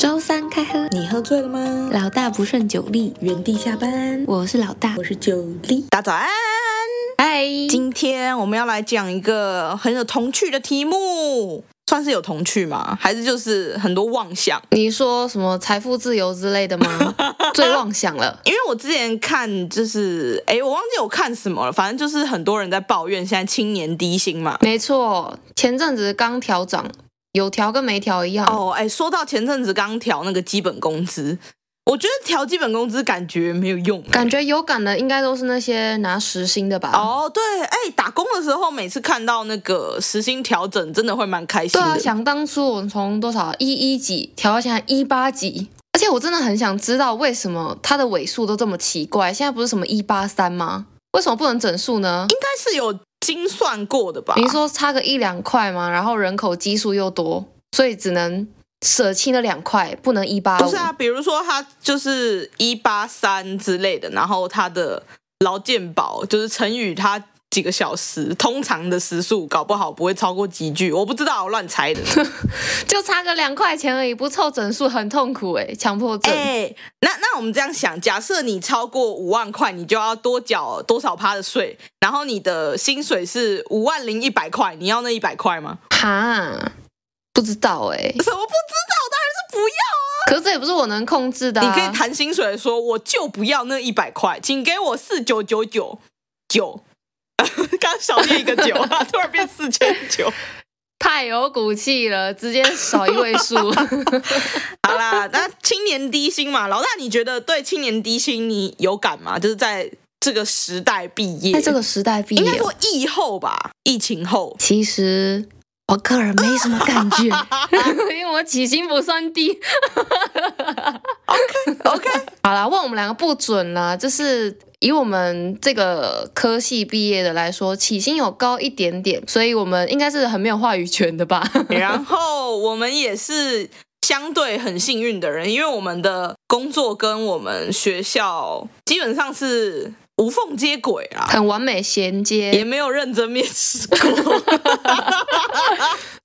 周三开喝，你喝醉了吗？老大不顺酒力，原地下班，我是老大我。是九力。大早安！嗨，今天我们要来讲一个很有童趣的题目，算是有童趣吗？还是就是很多妄想？你说什么财富自由之类的 吗？最妄想了。因为我之前看就是，哎，我忘记我看什么了，反正就是很多人在抱怨现在青年低薪嘛。没错，前阵子刚调涨，有调跟没调一样。哦，哎，说到前阵子刚调那个基本工资，我觉得调基本工资感觉没有用，感觉有感的应该都是那些拿时薪的吧？哦，对，哎、打工的时候每次看到那个时薪调整，真的会蛮开心对的。啊，想当初我从多少一一几调到现在一八几，而且我真的很想知道为什么它的尾数都这么奇怪。现在不是什么一八三吗？为什么不能整数呢？应该是有精算过的吧？你说差个一两块吗？然后人口基数又多，所以只能舍弃那两块，不能一八不五是。啊？比如说他就是一八三之类的，然后他的劳健保就是乘以他几个小时通常的时速，搞不好不会超过几句，我不知道，我乱猜 的。就差个两块钱而已，不凑整数很痛苦哎、强迫症。哎、那那我们这样想，假设你超过五万块，你就要多缴多少趴的税，然后你的薪水是五万零一百块，你要那一百块吗？ 哈，不知道哎、什么不知道？当然是不要。可是这也不是我能控制的、啊。你可以谈薪水说，我就不要那一百块，请给我四九九九 九。刚少念一个 九，突然变四千九。太有骨气了，直接少一位数。 好啦，那青年低薪嘛，老大，你觉得对青年低薪你有感吗？就是在这个时代毕业， 在这个时代毕应该业，说疫后吧，疫情后。 其实我个人没什么感觉， 因为我起薪不算低。 OK， 好啦，问我们两个不准啦，就是以我们这个科系毕业的来说，起薪有高一点点，所以我们应该是很没有话语权的吧？ 然后我们也是相对很幸运的人，因为我们的工作跟我们学校基本上是无缝接轨啦。很完美衔也接，没有认真面试 过。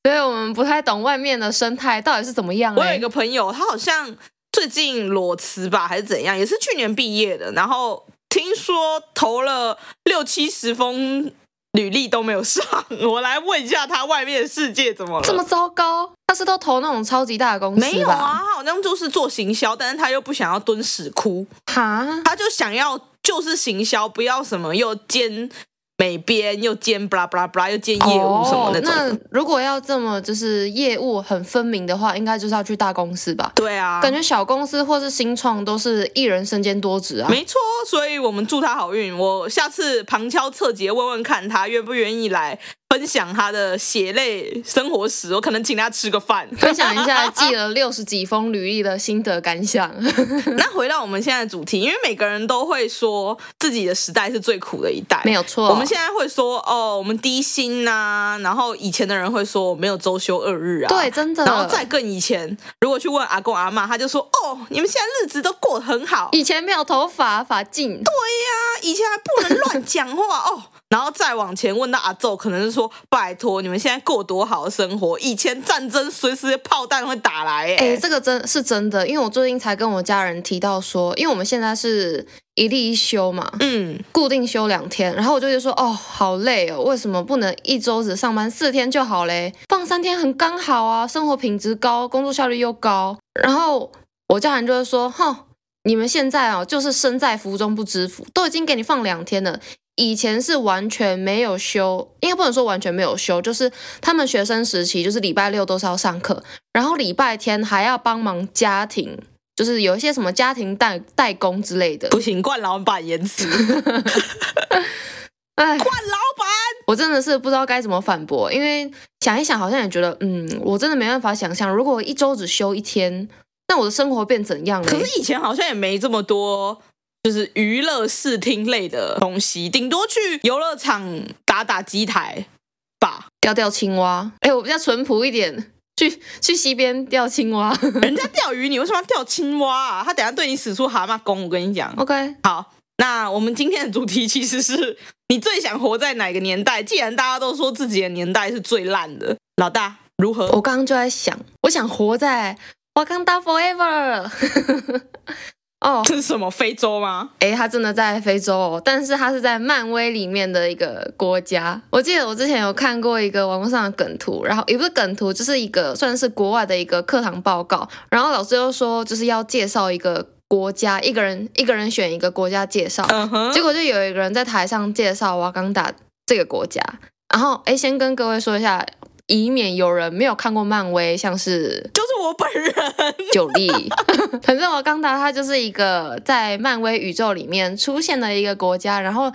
所以我们不太懂外面的生态到底是怎么样、我有欸。一个朋友，他好像最近裸辞吧，还是怎样，也是去年毕业的。然后听说投了六七十封履历都没有上，我来问一下他外面的世界怎么了？这么糟糕，他是都投那种超级大的公司吧？没有啊？他好像就是做行销，但是他又不想要蹲屎窟，哈，他就想要就是行销，不要什么又兼美编又兼布拉布拉布拉又兼业务什么那种。哦、那如果要这么就是业务很分明的话，应该就是要去大公司吧？对啊，感觉小公司或是新创都是一人身兼多职啊。没错，所以我们祝他好运。我下次旁敲侧击地问问看他愿不愿意来分享他的血泪生活史，我可能请他吃 个饭。 分享一下寄了六十几封履历的心得感 想。那回到我们现在的主题，因为每个人都会说自己的时代是最苦的一代，没有错，我们现在会说哦，我们低薪呐、然后以前的人会说我没有周休二日啊，对，真的，然后再更以前，如果去问阿公阿妈，他就说哦，你们现在日子都过得很好，以前没有头发发髻，以前还不能乱讲话哦。 然后再往前问到阿宙，可能是说：“拜托，你们现在过多好的生活？以前战争随时炮弹会打来、欸，哎、这个真是真的，因为我最近才跟我家人提到说，因为我们现在是一例一休嘛，嗯，固定休两天，然后我就觉得说，哦，好累哦，为什么不能一周只上班四天就好嘞？放三天很刚好啊，生活品质高，工作效率又高。然后我家人就会说，哼，你们现在哦，就是身在福中不知福，都已经给你放两天了。以前是完全没有休，应该不能说完全没有休，就是他们学生时期，就是礼拜六都是要上课，然后礼拜天还要帮忙家庭，就是有一些什么家庭代代工之类的。不行，冠老板言辞，冠 哎，老板，我真的是不知道该怎么反驳，因为想一想，好像也觉得，嗯，我真的没办法想象，如果我一周只休一天，那我的生活变怎样嘞？可是以前好像也没这么多，就是娱乐视听类的东西，顶多去游乐场打打机台吧。钓钓青蛙，哎，我比较淳朴一点，去去溪边钓青 蛙。人家钓鱼，你为什么要钓青蛙啊？他等下对你使出蛤蟆功，我跟你讲。 OK，那我们今天的主题其实是你最想活在哪个年代？既然大家都说自己的年代是最烂的，老大如何？我刚刚就在想，我想活在瓦干达 forever 哦， 这是什么非洲吗？诶，他真的在非洲、哦，但是他是在漫威里面的一个国家。我记得我之前有看过一个网络上的梗图，然后也不是梗图，就是一个算是国外的一个课堂报告。然后老师又说，就是要介绍一个国家，一个人一个人选一个国家介绍。嗯哼，结果就有一个人在台上介绍瓦岗达这个国家，然后诶，先跟各位说一下，以免有人没有看过漫威，像是就是我本人。九力。 反正瓦冈达它就是一个在漫威宇宙里面出现的一个国家，然后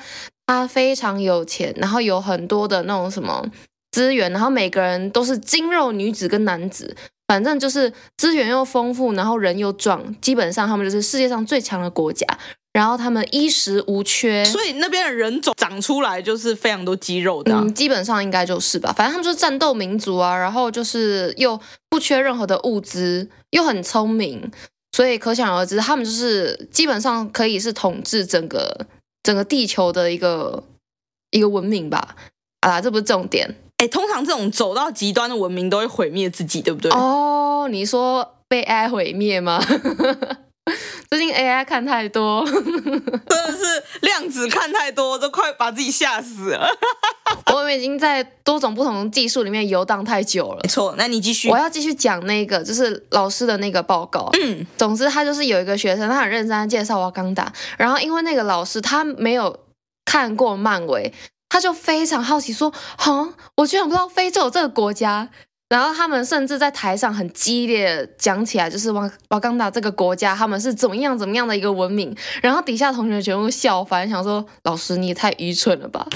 它非常有钱，然后有很多的那种什么资源，然后每个人都是精肉女子跟男子，反正就是资源又丰富，然后人又壮，基本上他们就是世界上最强的国家。然后他们衣食无缺，所以那边的人种长出来就是非常多肌肉的啊、嗯，基本上应该就是吧。反正他们就是战斗民族啊，然后就是又不缺任何的物资，又很聪明，所以可想而知，他们就是基本上可以是统治整个整个地球的一个一个文明吧。啊，这不是重点哎、通常这种走到极端的文明都会毁灭自己，对不对？哦。你说被 AI 毁灭吗？ 最近 AI 看太多， 真的是量子看太多，都快把自己吓死了。我们已经在多种不同的技术里面游荡太久了没。错，那你继续我。要继续讲那个，就是老师的那个报告。嗯，总之，他就是有一个学生，他很认真地介绍瓦岗达，然后因为那个老师他没有看过漫威，他就非常好奇说：“哈，我居然不知道非洲有这个国家。”然后他们甚至在台上很激烈地讲起来，就是瓦瓦岗达这个国家他们是怎么样怎么样的一个文明，然后底下同学全部笑翻，想说老师你也太愚蠢了吧，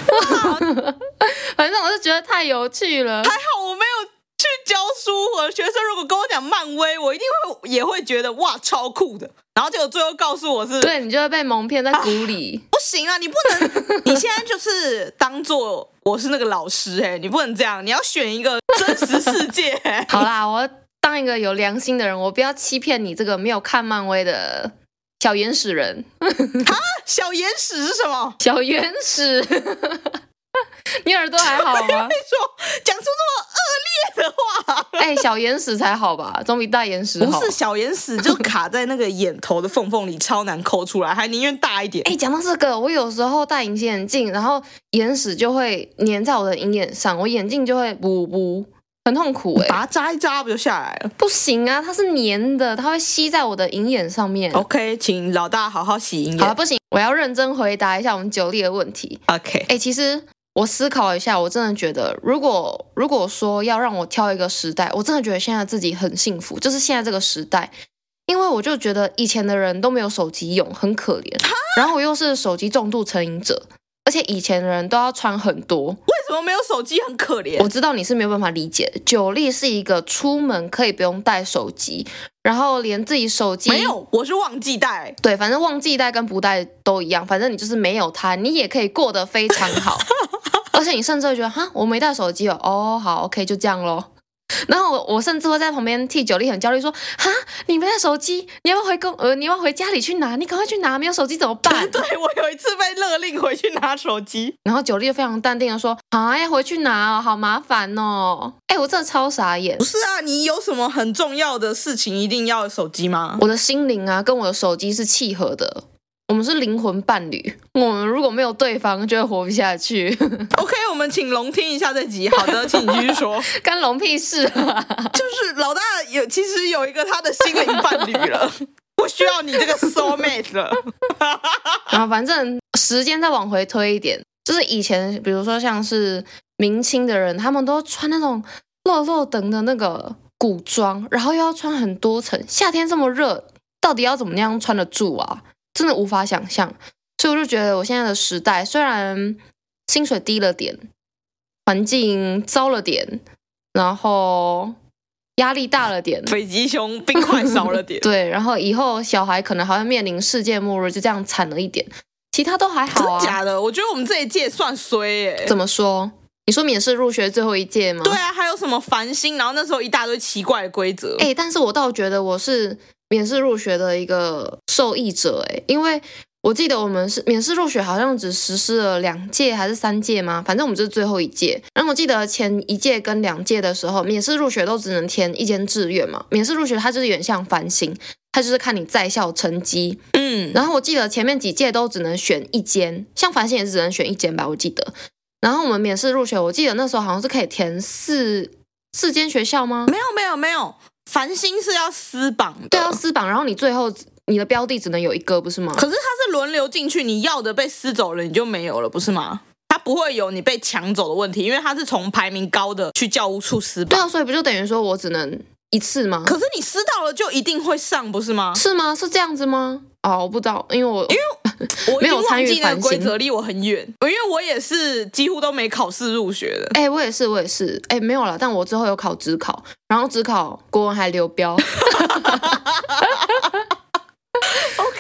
反正我就觉得太有趣了。 还好我没有去教书，我的学生如果跟我讲漫威，我一定会也会觉得哇超酷的，然后结果最后告诉我是对你就会被蒙骗在鼓里。不行啊，你不能，你现在就是当做我是那个老师哎、你不能这样，你要选一个真实世界、哎好啦，我当一个有良心的人，我不要欺骗你这个没有看漫威的小原始人。小眼屎是什么？小原 始，你耳朵还好吗？你说讲出这么恶劣的话， 哎、小眼屎才好吧，总比大眼屎好不。是小眼屎就卡在那个眼头的缝缝里，超难抠出来，还宁愿大一点。哎、讲到这个，我有时候戴隐形眼镜，然后眼屎就会粘在我的银眼上，我眼镜就会补补，很痛苦哎、把它扎一扎不就下来了不行啊，它是粘的，它会吸在我的银眼上面。 ？OK，请老大好好洗银好了，眼。不行，我要认真回答一下我们九力的问题。 OK，哎、其实我思考了一下，我真的觉得，如果如果说要让我挑一个时代，我真的觉得现在自己很幸福，就是现在这个时代，因为我就觉得以前的人都没有手机用，很可怜。然后我又是手机重度成瘾者，而且以前的人都要穿很多。为什么没有手机很可怜我？知道你是没有办法理解的，九力是一个出门可以不用带手机，然后连自己手机没。有，我是忘记带。？对，反正忘记带跟不带都一样，反正你就是没有它，你也可以过得非常好。而且你甚至会觉得，哈，我没带手机哦，哦，好，OK，就这样咯。然后我我甚至会在旁边替九力很焦虑，说，哈，你没带手机，你要不要回公呃，你要不要回家里去拿，你赶快去拿，没有手机怎么办对 我有一次被勒令回去拿手机，然后九力就非常淡定的说，啊，要回去拿哦，好麻烦哦。哎，我真的超傻眼不，是啊，你有什么很重要的事情一定要手机吗？我的心灵啊，跟我的手机是契合的。我们是灵魂伴侣，我们如果没有对方，就会活不下去。 OK，我们请龙听一下这集。好的，请你继续 说。干龙屁事 啊！就是老大有其实有一个他的心灵伴侣 了，不需要你这个 soul mate 了。然后反正时间再往回推一点，就是以前，比如说像是明清的人，他们都穿那种露露等的那个古装，然后又要穿很多层，夏天这么热，到底要怎么样穿得住啊？真的无法想象。所以我就觉得我现在的时代虽然薪水低了点，环境糟了点，然后压力大了点，北极熊冰块少了 点，对，然后以后小孩可能还会面临世界末日，就这样惨了一点，其他都还真好啊。假的？我觉得我们这一届算衰耶、怎么说？你说免试入学最后一届吗？对。啊，还有什么繁星？然后那时候一大堆奇怪的规则。哎、但是我倒觉得我是免试入学的一个受益者哎、因为我记得我们是免试入学，好像只实施了两届还是三届吗？反正我们这是最后一届。然后我记得前一届跟两届的时候，免试入学都只能填一间志愿嘛。免试入学它就是有点像繁星，它就是看你在校成绩。嗯，然后我记得前面几届都只能选一间，像繁星也是只能选一间吧，我记得。然后我们免试入学，我记得那时候好像是可以填四四间学校吗？没有没有没有，繁星是要撕榜的，对啊，私榜，然后你最后你的标的只能有一个，不是吗？可是它是轮流进去，你要的被撕走了，你就没有了，不是吗？它不会有你被抢走的问题，因为它是从排名高的去教务处撕对榜。啊，所以不就等于说我只能一次吗？可是你撕到了就一定会上，不是吗？是吗？是这样子吗？哦，我不知道，因为我因为我已没有经忘参与记那个繁规星则离我很远，因为我也是几乎都没考试入学的。 哎、我也是，我也是，哎、没有了。但我之后有考职考，然后职考国文还留标， OK，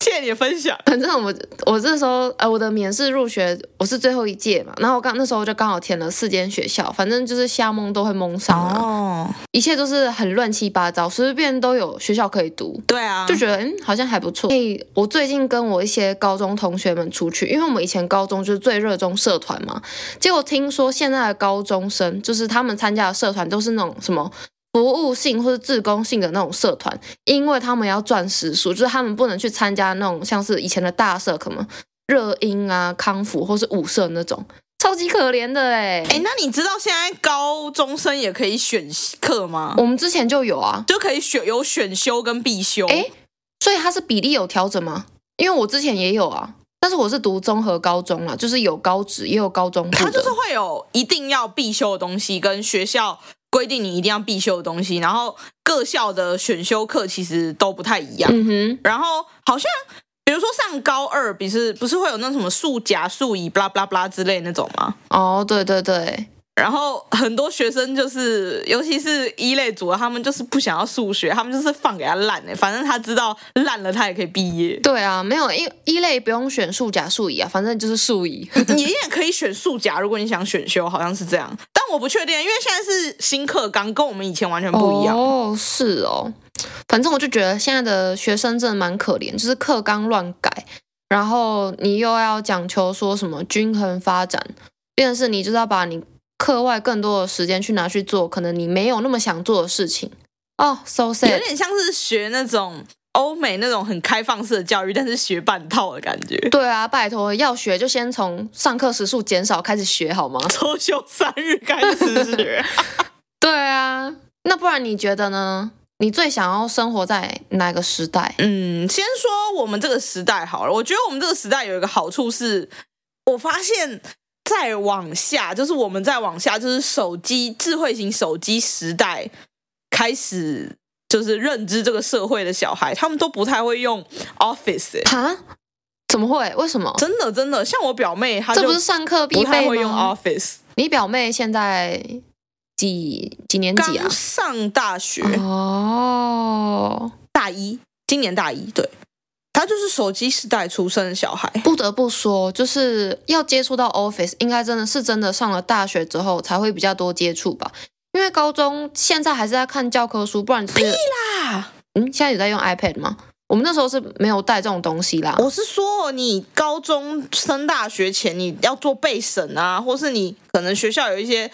谢谢你的分享。反正我我这时候呃，我的免试入学我是最后一届嘛，然后我刚那时候就刚好填了四间学校，反正就是瞎蒙都会蒙上啊，哦，一切都是很乱七八糟，随随便便都有学校可以读。对啊，就觉得嗯好像还不错。诶，我最近跟我一些高中同学们出去，因为我们以前高中就是最热衷社团嘛，结果听说现在的高中生就是他们参加的社团都是那种什么。服务性或是自工性的那种社团，因为他们要赚时数，就是他们不能去参加那种像是以前的大社，可能热音啊、康复或是舞社那种，超级可怜的哎、哎、那你知道现在高中生也可以选课吗？我们之前就有啊，就可以选有选修跟必修。诶所以它是比例有调整吗？因为我之前也有啊，但是我是读综合高中啦，就是有高职也有高中部它的。就是会有一定要必修的东西，跟学校规定你一定要必修的东西，然后各校的选修课其实都不太一样。嗯哼，然后好像比如说上高二，不是不是会有那什么数甲、数乙、blah blah blah 之类那种吗？哦，对对对，。然后很多学生就是，尤其是一类组的，他们就是不想要数学，他们就是放给他烂哎、反正他知道烂了，他也可以毕业对啊，没有一一类不用选数甲数乙啊，反正就是数乙。你也可以选数甲，如果你想选修，好像是这样，但我不确定，因为现在是新课纲，跟我们以前完全不一样。哦，是哦，反正我就觉得现在的学生真的蛮可怜，就是课纲乱改，然后你又要讲求说什么均衡发展，变成是你就是要把你课外更多的时间去拿去做可能你没有那么想做的事情。哦、s o 有 sad。点像是学那种欧美那种很开放式的教育，但是学半套的感觉。 对啊，拜托，要学就先从上课时数减少开始学好吗？周休三日开始学，对啊，那不然你觉得呢？你最想要生活在哪个时代？嗯，先说我们这个时代好了。我觉得我们这个时代有一个好处是，我发现再往下，就是我们再往下，就是手机智慧型手机时代开始，就是认知这个社会的小孩，他们都不太会用 Office、欸。哈？怎么会？为什么？真的真的，像我表妹，她这就不是上课必不太备会用吗？ Office，你表妹现在几几年级啊刚？上大学，哦，大一，今年大一，对，她就是手机时代出生的小孩。不得不说，就是要接触到 Office，应该真的是真的上了大学之后才会比较多接触吧。因为高中现在还是在看教科书，不然就是啊，嗯，现在有在用 iPad 吗？我们那时候是没有带这种东西啦。我是说，你高中升大学前，你要做备审啊，或是你可能学校有一些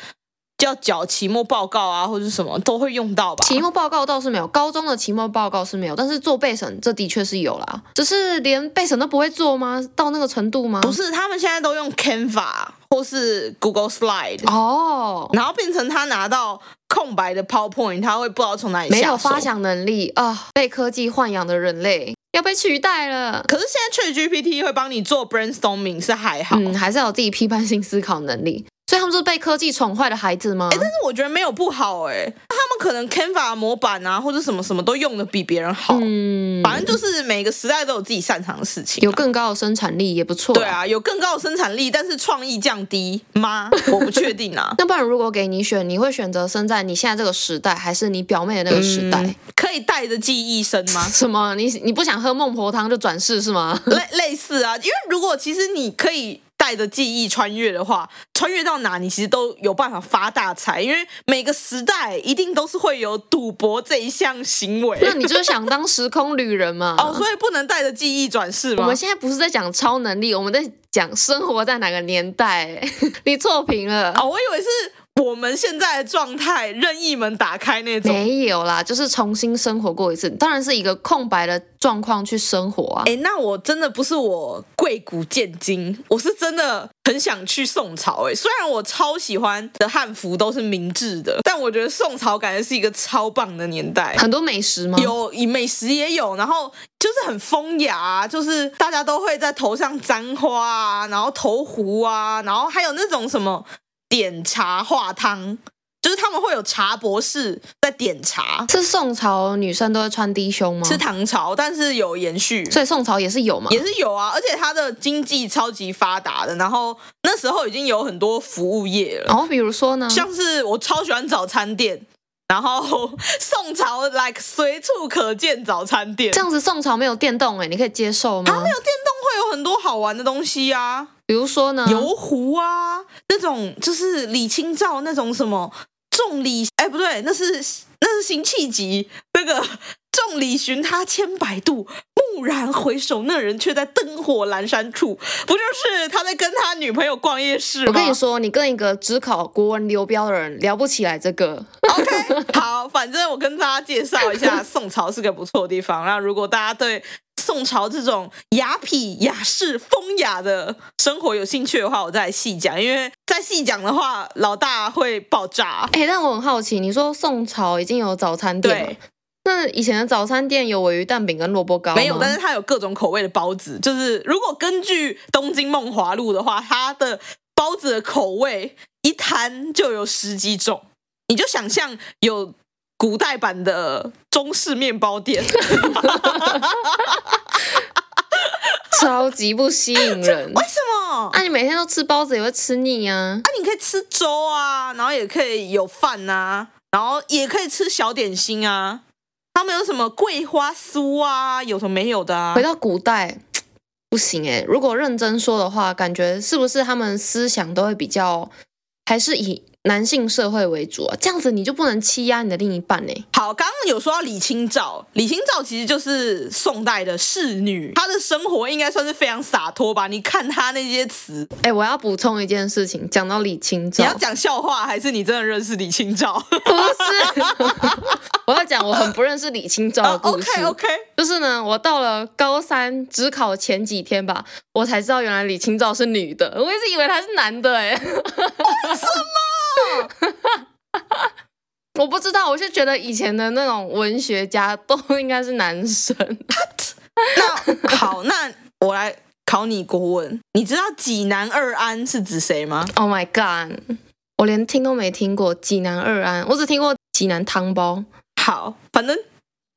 要缴期末报告啊，或者什么都会用到吧。期末报告倒是没有，高中的期末报告是没有，但是做备审这的确是有啦。只是连备审都不会做吗？到那个程度吗？不是，他们现在都用 Canva 或是 Google Slide，、哦，然后变成他拿到空白的 PowerPoint，他会不知道从哪里下没有手发。想能力啊、被科技豢养的人类要被取代了。可是现在 ChatGPT 会帮你做 brainstorming 是还好，嗯，还是要有自己批判性思考能力。所以他们是被科技宠坏的孩子吗？哎但是我觉得没有不好哎、他们可能 Canva 模板啊或者什么什么都用的比别人好，嗯，反正就是每个时代都有自己擅长的事情啊、有更高的生产力也不错。。对，啊，有更高的生产力，但是创意降低吗？我不确定啊那不然如果给你选，你会选择生在你现在这个时代，还是你表妹的那个时代？？嗯可以带着记忆生吗什么？你你不想喝孟婆汤就转世是吗？类类似啊，因为如果其实你可以。带着记忆穿越的话，穿越到哪你其实都有办法发大财，因为每个时代一定都是会有赌博这一项行为。那你就是想当时空旅人嘛？ 哦，所以不能带着记忆转世我吗们？现在不是在讲超能力，我们在讲生活在哪个年代。 你错评了。哦，我以为是我们现在的状态，任意门打开那种。没有啦，就是重新生活过一次，当然是一个空白的状况去生活啊。哎，那我真的不是我贵古见今，我是真的很想去宋朝。哎，虽然我超喜欢的汉服都是明制的，但我觉得宋朝感觉是一个超棒的年代。很多美食吗？哎有以美食也有，然后就是很风雅、啊，就是大家都会在头上簪花啊，然后投壶啊，然后还有那种什么点茶话汤，就是他们会有茶博士在点茶，是宋朝女生都会穿低胸吗？是唐朝，但是有延续。所以宋朝也是有嘛。也是有啊，而且它的经济超级发达的，然后那时候已经有很多服务业了，然哦后比如说呢，像是我超喜欢早餐店，然后 宋朝 like 随处可见早餐店，这样子宋朝没有电动哎、你可以接受吗？啊没有电动会有很多好玩的东西啊，比如说呢，油壶啊，那种就是李清照那种什么众里，哎不对，那是那是辛弃疾那个众里寻他千百度，蓦然回首，那人却在灯火阑珊处。不就是他在跟他女朋友逛夜市吗？我跟你说，你跟一个只考国文流标的人聊不起来这个。 OK，好， 反正我跟大家介绍一下，宋朝是个不错的地方。那如果大家对宋朝这种雅痞、雅士、风雅的生活有兴趣的话，我再细讲，因为再细讲的话，老大会 爆炸。哎、但我很好奇，你说宋朝已经有早餐店了对，那以前的早餐店有鲔鱼蛋饼跟萝卜糕吗没有，但是它有各种口味的包子，就是如果根据《东京梦华录》的话，它的包子的口味一摊就有十几种，你就想象有古代版的中式面包店。 超级不吸引人。 啊为什么？那、你每天都吃包子也会吃腻啊？啊，你可以吃粥啊，然后也可以有饭呐、然后也可以吃小点心啊。他们有什么桂花酥啊？有什么没有的啊回？到古代不行哎、如果认真说的话，感觉是不是他们思想都会比较，还是以男性社会为主啊？这样子你就不能欺压你的另一半哎、好，刚刚有说到李清照，李清照其实就是宋代的仕女，她的生活应该算是非常洒脱吧？你看她那些词，哎、我要补充一件事情，讲到李清你照，要讲笑话还是你真的认识李清照？ 不是，我要讲我很不认识李清照 哦的故事。 OK OK，就是呢，我到了高三只考前几天吧，我才知道原来李清照是女的，我一直以为她是男的哎、什么？哦 我不知道，我就觉得以前的那种文学家都应该是男生。 那好，那我来考你国文，你知道济南二安是指谁吗？ Oh my god！我连听都没听过济南二安，我只听过济南汤包。好，反正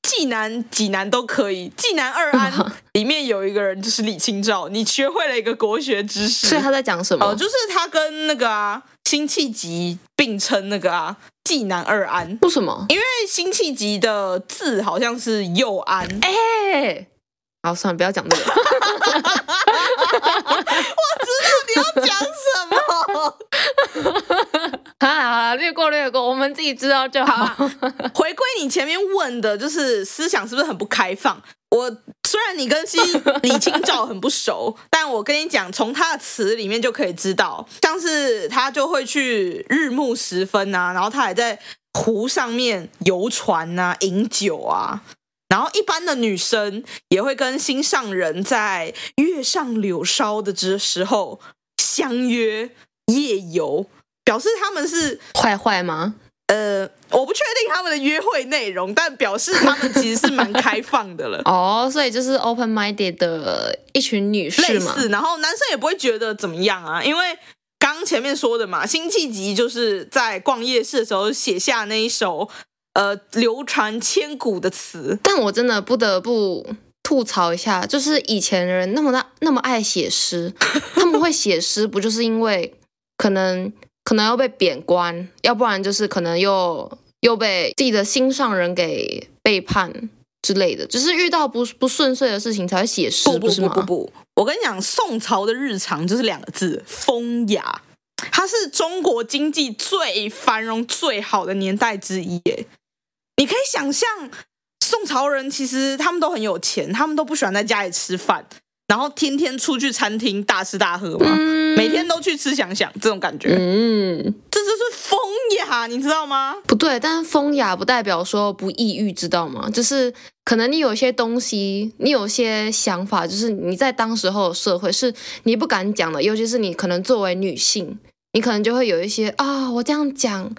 济南、济南都可以。济南二安里面有一个人就是李清照，你学会了一个国学知识。所以他在讲什么？哦，就是他跟那个啊辛弃疾并称那个啊济南二安，因为什么？为辛弃疾的字好像是右安，哎、好，算了，不要讲这个。你要讲什么？ 好啦好啦，啊略过略过，我们自己知道就好。回归你前面问的，就是思想是不是很不开放？我虽然你跟西李清照很不熟，但我跟你讲，从他的词里面就可以知道，像是他就会去日暮时分啊，然后他还在湖上面游船啊、饮酒啊。然后一般的女生也会跟心上人在月上柳梢的之时候相约夜游，表示他们是坏坏吗？。呃，我不确定他们的约会内容，但表示他们其实是蛮开放的了哦，所以就是 open minded 的一群女士类嘛。似，然后男生也不会觉得怎么样啊，因为刚前面说的嘛，辛弃疾就是在逛夜市的时候写下那一首呃流传千古的词。但我真的不得不吐槽一下，就是以前的人那么大那么爱写 诗，他们会写诗不就是因为可能可能要被贬官，要不然就是可能又又被自己的心上人给背叛之类的，就是遇到不不顺遂的事情才会写诗，不不是不吗？不不，我跟你讲，宋朝的日常就是两个字：风雅。它是中国经济最繁荣、最好的年代之一。耶，你可以想象，宋朝人其实他们都很有钱，他们都不喜欢在家里吃饭，然后天天出去餐厅大吃大喝嘛，嗯每天都去吃想想这种感觉，嗯，这就是风雅，你知道吗？不对，但是风雅不代表说不抑郁，知道吗？就是可能你有些东西，你有些想法，就是你在当时候的社会是你不敢讲的，尤其是你可能作为女性，你可能就会有一些啊，我这样讲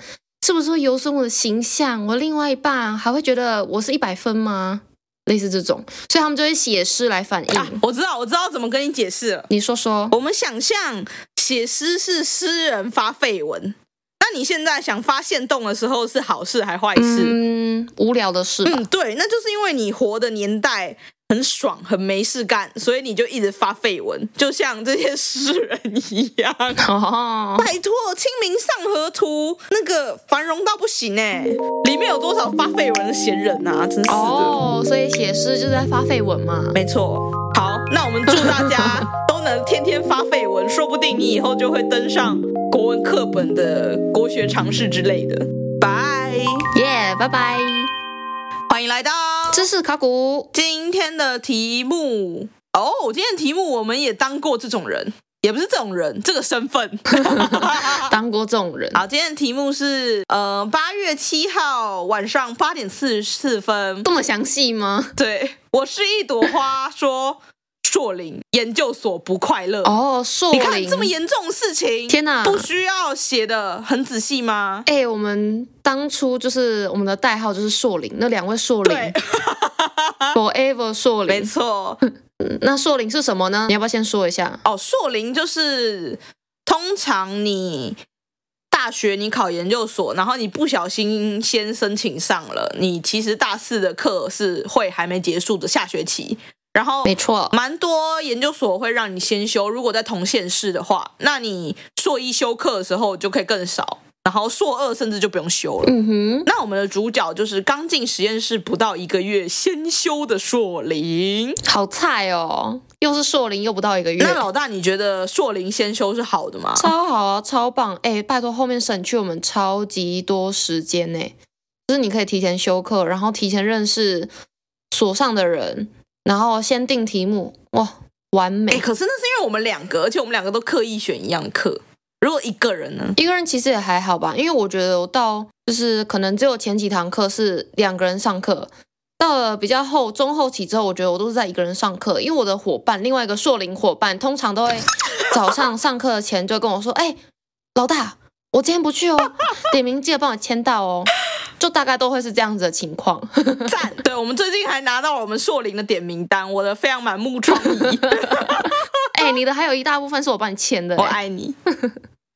是不是会有损我的形象？我另外一半还会觉得我是一百分吗？类似这种，所以他们就会写诗来反映。啊，哦我知道，我知道怎么跟你解释了。你说说，我们想象写诗是诗人发废文，那你现在想发现动的时候是好事还坏事？嗯，无聊的事吧。嗯，对，那就是因为你活的年代很爽，很没事干，所以你就一直发废文，就像这些诗人一 样。哦，拜托，《清明上河图》那个繁荣到不行哎、里面有多少发废文的闲人啊？真是的。哦，所以写诗就是在发绯闻嘛。没错。好，那我们祝大家都能天天发绯闻，说不定你以后就会登上国文课本的国学常识之类的。拜，耶，拜拜。欢迎来到知识考古，今天的题目。哦，今天的题目我们也当过这种人，也不是这种人，这个身份。当过这种人，好，今天的题目是呃，八月七号晚上八点四十四分，这么详细吗？对我是一朵花，说硕林研究所不快乐。哦，硕你看林，这么严重的事情，天哪不需要写的很仔细吗？哎、我们当初就是我们的代号就是硕林，那两位硕林对， ，Forever 硕没林。 错。那硕林是什么呢？你要不要先说一下？哦，硕林就是通常你大学你考研究所，然后你不小心先申请上了，你其实大四的课是会还没结束的下学期，然后没错，蛮多研究所会让你先修，如果在同县市的话，那你硕一修课的时候就可以更少，然后硕二甚至就不用修了。嗯哼，那我们的主角就是刚进实验室不到一个月先修的硕林。好菜哦，又是硕林，又不到一个月那。老大，你觉得硕林先修是好的吗？超好啊，超棒！哎、拜托，后面省去我们超级多时间呢、就是你可以提前休课，然后提前认识所上的人，然后先定题目，哇，完哎、美！可是那是因为我们两个，而且我们两个都刻意选一样的课。如果一个 人呢？一个人其实也还好吧，因为我觉得我到就是可能只有前几堂课是两个人上课，到了比较后中后期之后，我觉得我都是在一个人上课，因为我的伙伴另外一个硕林伙伴通常都会早上上课前就跟我说：“哎、老大，我今天不去哦， 点名记得帮我签到哦。”就大概都会是这样子的情况。 赞！对我们最近还拿到了我们硕林的点名单，我的非常满目疮 痍。哎、你的还有一大部分是我帮你签的、我爱你。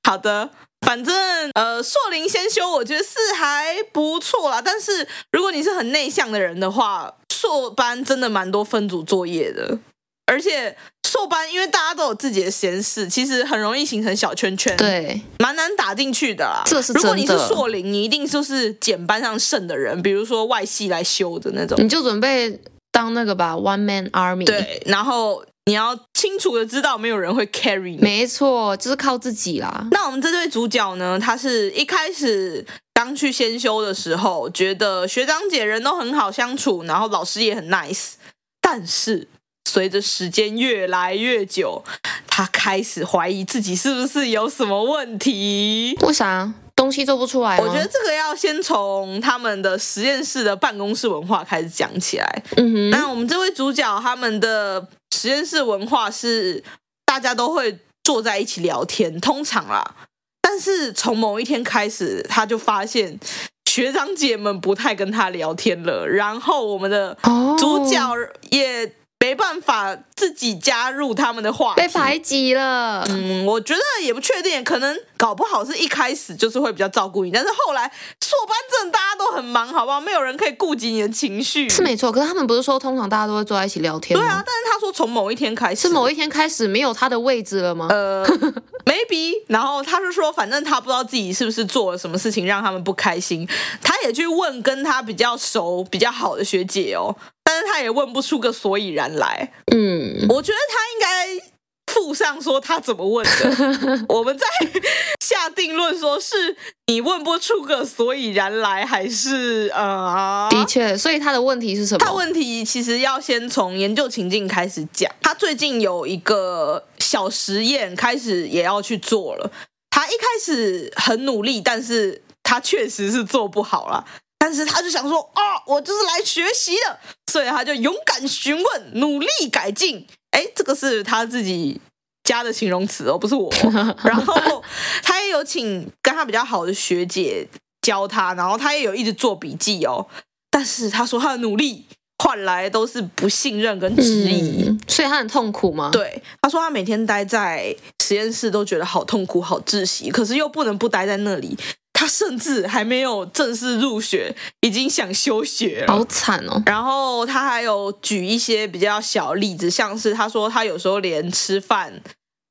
好的，反正呃，硕林先修，我觉得是还不错啦。但是如果你是很内向的人的话，硕班真的蛮多分组作业的，而且硕班因为大家都有自己的闲事，其实很容易形成小圈圈，，对，蛮难打进去的啦。这是如果你是真的硕林，你一定就是捡班上剩的人，比如说外系来修的那种。你就准备当那个吧，One Man Army。，对，然后你要清楚的知道，没有人会 carry 你。没错，就是靠自己啦。那我们这对主角呢，他是一开始刚去先修的时候，觉得学长姐人都很好相处，然后老师也很 nice，但是随着时间越来越久，他开始怀疑自己是不是有什么问题。为啥东西做不出来吗？我觉得，这个要先从他们的实验室的办公室文化开始讲起来。嗯哼，那我们这位主角他们的实验室文化是大家都会坐在一起聊天，通常啦。但是从某一天开始，他就发现学长姐们不太跟他聊天了，然后我们的哦主角也没办法自己加入他们的话题被。排挤了。嗯，我觉得也不确定，可能搞不好是一开始就是会比较照顾你，但是后来硕班真的大家都很忙，好不好？没有人可以顾及你的情绪。是没错，可是他们不是说通常大家都会坐在一起聊天吗？对啊，但是他说从某一天开始，是某一天开始没有他的位置了吗？呃 maybe，然后他就说，反正他不知道自己是不是做了什么事情让他们不开心，他也去问跟他比较熟、比较好的学姐哦，但但是他也问不出个所以然来。嗯，我觉得他应该附上说他怎么 问的，我们再下定论，说是你问不出个所以然来，还是呃，的确，所以他的问题是什他么？问题其实要先从研究情境开始讲。他最近有一个小实验，开始也要去做了。他一开始很努力，但是他确实是做不好啦。但是他就想说，哦，我就是来学习的，所以他就勇敢询问，努力改进。哎，这个是他自己加的形容词哦，不是我。然后他也有请跟他比较好的学姐教他，然后他也有一直做笔记哦。但是他说他的努力换来都是不信任跟质疑。嗯，所以他很痛苦吗？，对，他说他每天待在实验室都觉得好痛苦、好窒息，可是又不能不待在那里。他甚至还没有正式入学，已经想休学了。好惨哦。然后他还有举一些比较小的例子，像是他说他有时候连吃饭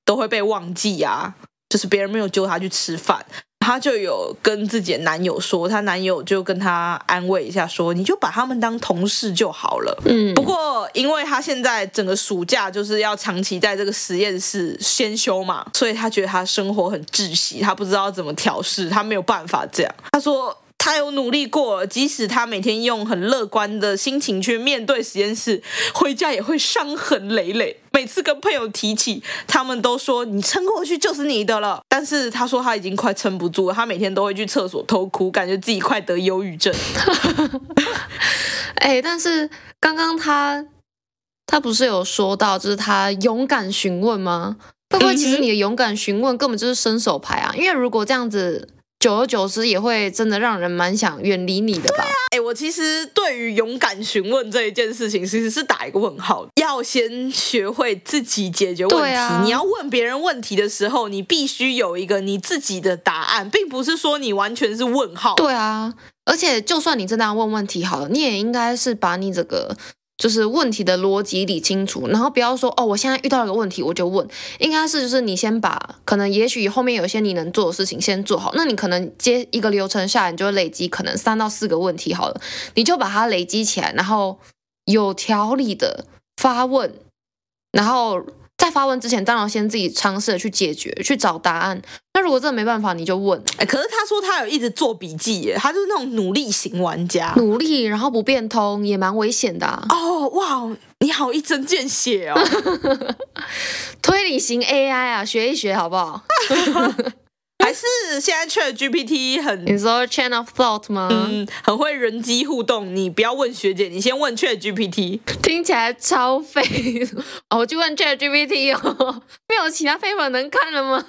都会被忘记啊，就是别人没有揪他去吃饭，他就有跟自己的男友说，她男友就跟她安慰一下说，你就把他们当同事就好了。嗯不，过，因为他现在整个暑假就是要长期在这个实验室先修嘛，所以他觉得他生活很窒息，他不知道怎么调试，他没有办法这样。他说他有努力过了，即使他每天用很乐观的心情去面对实验室，回家也会伤痕累累。每次跟朋友提起，他们都说你撑过去就是你的了。但是他说他已经快撑不住了，他每天都会去厕所偷哭，感觉自己快得忧郁症。哎，但是刚刚他他不是有说到，就是他勇敢询问吗？会不会其嗯实哼你的勇敢询问根本就是伸手牌啊？因为如果这样子，久而久之也会真的让人蛮想远离你的吧？哎、我其实对于勇敢询问这一件事情，其实是打一个问号。要先学会自己解决问对题。啊你要问别人问题的时候，你必须有一个你自己的答案，并不是说你完全是问号。对啊，而且就算你真的要问问题好了，你也应该是把你这个就是问题的逻辑理清楚，然后不要说哦，我现在遇到了个问题我就问，应该是就是你先把可能也许后面有一些你能做的事情先做好，那你可能接一个流程下来，你就会累积可能三到四个问题好了，你就把它累积起来，然后有条理的发问，然后。在发问之前，当然先自己尝试的去解决，去找答案。那如果真的没办法，你就问。哎、可是他说他有一直做笔记耶，他就是那种努力型玩家。努力，然后不变通，也蛮危险的、啊。哦，哇，你好一针见 血哦！推理型 AI 啊，学一学好不好？还是现在 Chat GPT 很你说 Chain of Thought 吗？嗯很会人机互动，你不要问学姐，你先问 Chat GPT。听起来超废。 哦，我去问 ChatGPT 哦， 没有其他非本能看了 吗？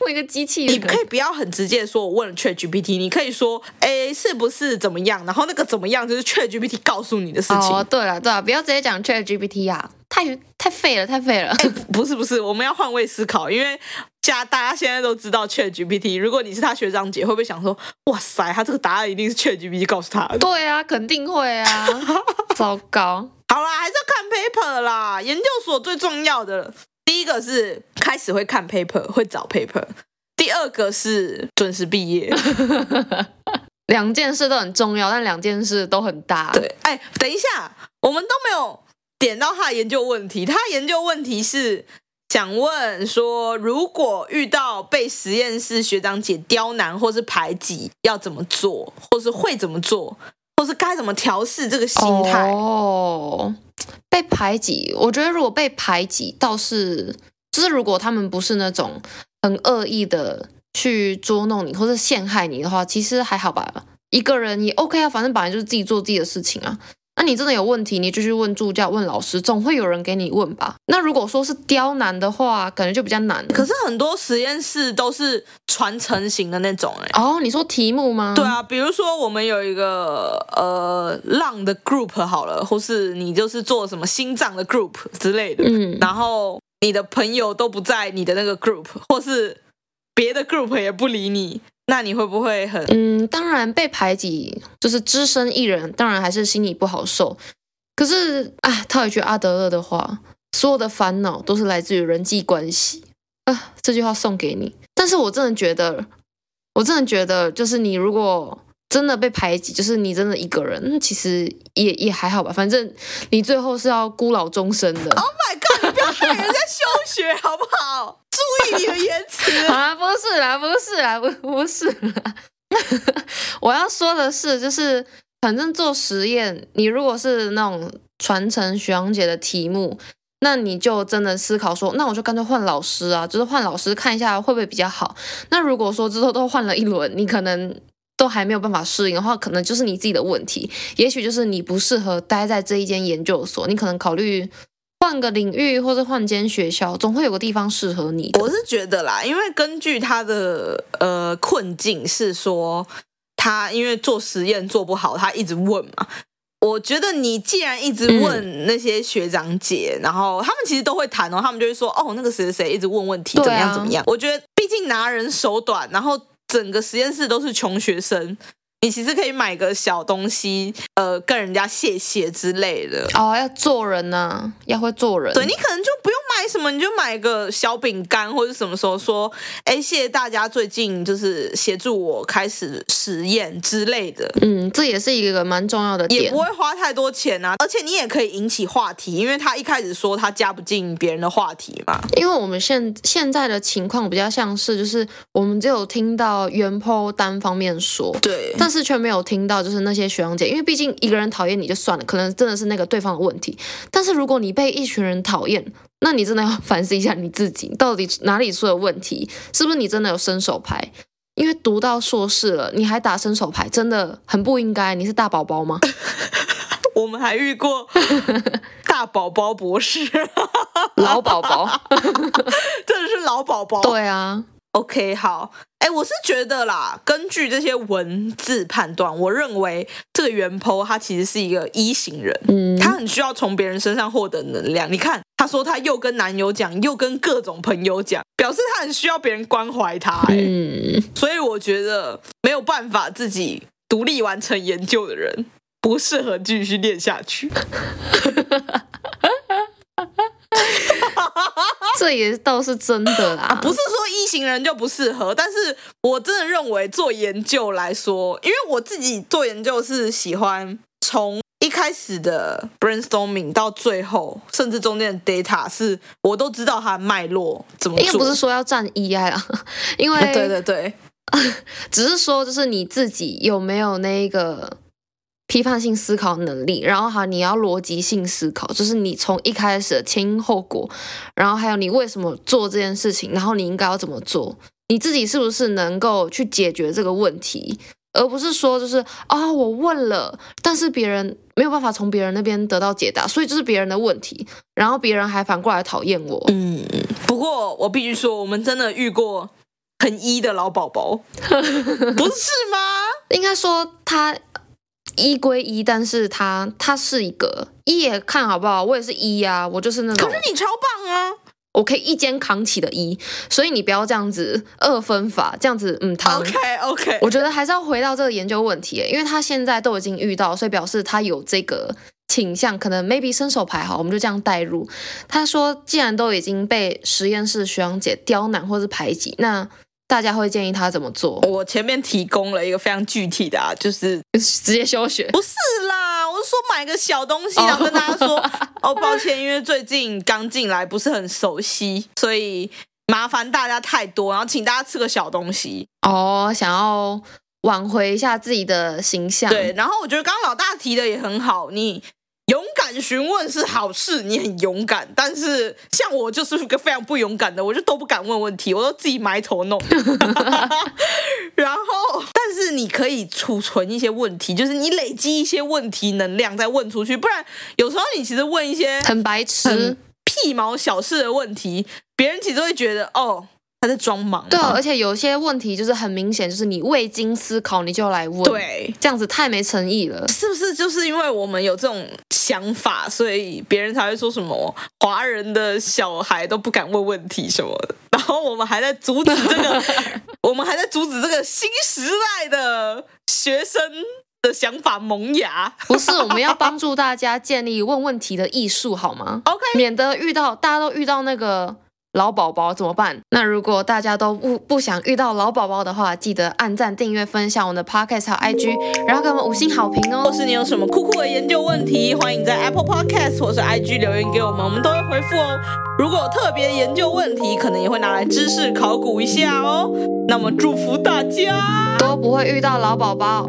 问一个机器你人。可以不要很直接地说，我问了 Chat GPT，你可以说，哎，是不是怎么样？然后那个怎么样就是 Chat GPT 告诉你的事情。哦，对了对了，不要直接讲 ChatGPT 啊，太太废了，太废了。不是不是，我们要换位思考，因为家大家现在都知道 Chat GPT，如果你是他学长姐，会不会想说，哇塞，他这个答案一定是 Chat GPT 告诉他的？对啊，肯定会啊。 糟糕， 好啦，还是要看 paper 啦。研究所最重要的第一个是开始会看 paper，会找 paper。第二个是准时毕业。两件事都很重要，但两件事都很大。对，哎，等一下，我们都没有点到他的研究问题。他的研究问题是想问说，如果遇到被实验室学长姐刁难或是排挤，要怎么做，或是会怎么做，或是该怎么调试这个心态？哦，被排挤，我觉得如果被排挤倒是，就是如果他们不是那种很恶意的去捉弄你或者陷害你的话，其实还好吧，一个人也 OK 啊，反正本来就是自己做自己的事情啊。那你真的有问题，你就去问助教、问老师，总会有人给你问吧。那如果说是刁难的话，感觉就比较难了。可是很多实验室都是传承型的那种、哎。哦，你说题目吗？对，啊，比如说我们有一个呃浪的 group 好了，或是你就是做什么心脏的 group 之类的，嗯然后你的朋友都不在你的那个 group，或是别的 group 也不理你，那你会不会很？嗯，当然被排挤，就是只身一人，当然还是心里不好受。可是，哎，套一句阿德勒的话，所有的烦恼都是来自于人际关系啊。这句话送给你。但是我真的觉得，我真的觉得，就是你如果真的被排挤，就是你真的一个人，其实也也还好吧，反正你最后是要孤老终生的。 Oh my god！你不要害人家休学好不好？注意你的言辞。 啊，不是啦，不是啦，不不是啦。 我要说的是，就是反正做实验，你如果是那种传承学长姐的题目，那你就真的思考说，那我就干脆换老师啊，就是换老师看一下会不会比较好。那如果说之后都换了一轮，你可能都还没有办法适应的话，可能就是你自己的问题，也许就是你不适合待在这一间研究所，你可能考虑。换个领域，或者换间学校，总会有个地方适合你的。我是觉得啦，因为根据他的呃困境是说，他因为做实验做不好，他一直问嘛。我觉得你既然一直问嗯那些学长姐，然后他们其实都会谈哦，他们就会说哦，那个谁谁谁一直问问题，对啊怎么样怎么样。我觉得毕竟拿人手短，然后整个实验室都是穷学生，你其实可以买个小东西，呃，跟人家谢谢之类的。哦，要做人呐、要会做人。对你可能就不用买什么，你就买个小饼干或者什么时候说，哎，谢谢大家最近就是协助我开始实验之类的，嗯，这也是一个蛮重要的也点不。会花太多钱啊。而且你也可以引起话题，因为他一开始说他加不进别人的话题嘛。因为我们现现在的情况比较像是，就是我们只有听到原 po 单方面说，对但是却没有听到就是那些学长姐，因为毕竟一个人讨厌你就算了，可能真的是那个对方的问题。但是如果你被一群人讨厌，那你真的要反思一下你自己到底哪里出了问题，是不是你真的有伸手牌？因为读到硕士了，你还打伸手牌，真的很不应该。你是大宝宝 吗？我们还遇过大宝宝博士， 老宝宝？真的是老宝宝。对啊， OK，好，哎，我是觉得啦，根据这些文字判断，我认为这个袁剖他其实是一个一型人。嗯，她很需要从别人身上获得能量。你看，她说她又跟男友讲，又跟各种朋友讲，表示她很需要别人关怀她、欸。嗯，所以我觉得没有办法自己独立完成研究的人，不适合继续练下去。啊这也倒是真的啦。啊不是说一型人就不适合，但是我真的认为做研究来说，因为我自己做研究是喜欢从一开始的 brainstorming 到最后，甚至中间的 data 是我都知道它的脉络怎么应该做。不是说要占 EI 啦，因为 啊对对对，只是说就是你自己有没有那一个批判性思考能力，然后哈你要逻辑性思考，就是你从一开始的前因后果，然后还有你为什么做这件事情，然后你应该要怎么做，你自己是不是能够去解决这个问题，而不是说就是啊、我问了，但是别人没有办法从别人那边得到解答，所以就是别人的问题，然后别人还反过来讨厌我。嗯，不过我必须说，我们真的遇过很一的老宝 宝，不是吗？应该说他一归一，但是他他是一个一也看好不好，我也是一啊，我就是那种可是你超棒啊！我可以一肩扛起的一，所以你不要这样子二分法，这样子嗯他。 OK OK，我觉得还是要回到这个研究问题，因为他现在都已经遇到，所以表示他有这个倾向，可能 maybe 伸手牌好，我们就这样带入。他说，既然都已经被实验室学长姐刁难或是排挤，那大家会建议他怎么做？我前面提供了一个非常具体的啊，就是直接休学。不是啦，我是说买个小东西，哦然后跟大家 说哦，抱歉，因为最近刚进来，不是很熟悉，所以麻烦大家太多，然后请大家吃个小东西。哦，想要挽回一下自己的形象。对，，然后我觉得刚刚老大提的也很好，你勇敢询问是好事，你很勇敢。但是像我就是个非常不勇敢的，我就都不敢问问题，我都自己埋 头弄。 然后，但是你可以储存一些问题，就是你累积一些问题能量再问出去，不然有时候你其实问一些很白痴很。屁毛小事的问题，别人其实会觉得哦他在装忙嘛。对啊，而且有些问题就是很明显，就是你未经思考你就来问，，对，这样子太没诚意了。是不是就是因为我们有这种想法，所以别人才会说什么华人的小孩都不敢问问题什么的？然后我们还在阻止这个，我们还在阻止这个新时代的学生的想法萌芽。不是，我们要帮助大家建立问问题的艺术，好吗？ OK，免得遇到大家都遇到那个老宝宝怎么办？那如果大家都不不想遇到老宝宝的话，记得按赞、订阅、分享我们的 podcast 还有 IG，然后给我们五星好评或哦。是你有什么酷酷的研究问题，欢迎在 Apple Podcast 或是 IG 留言给我们，我们都会回复哦。如果有特别研究问题，可能也会拿来知识考古一下哦。那么祝福大家。都不会遇到老宝宝。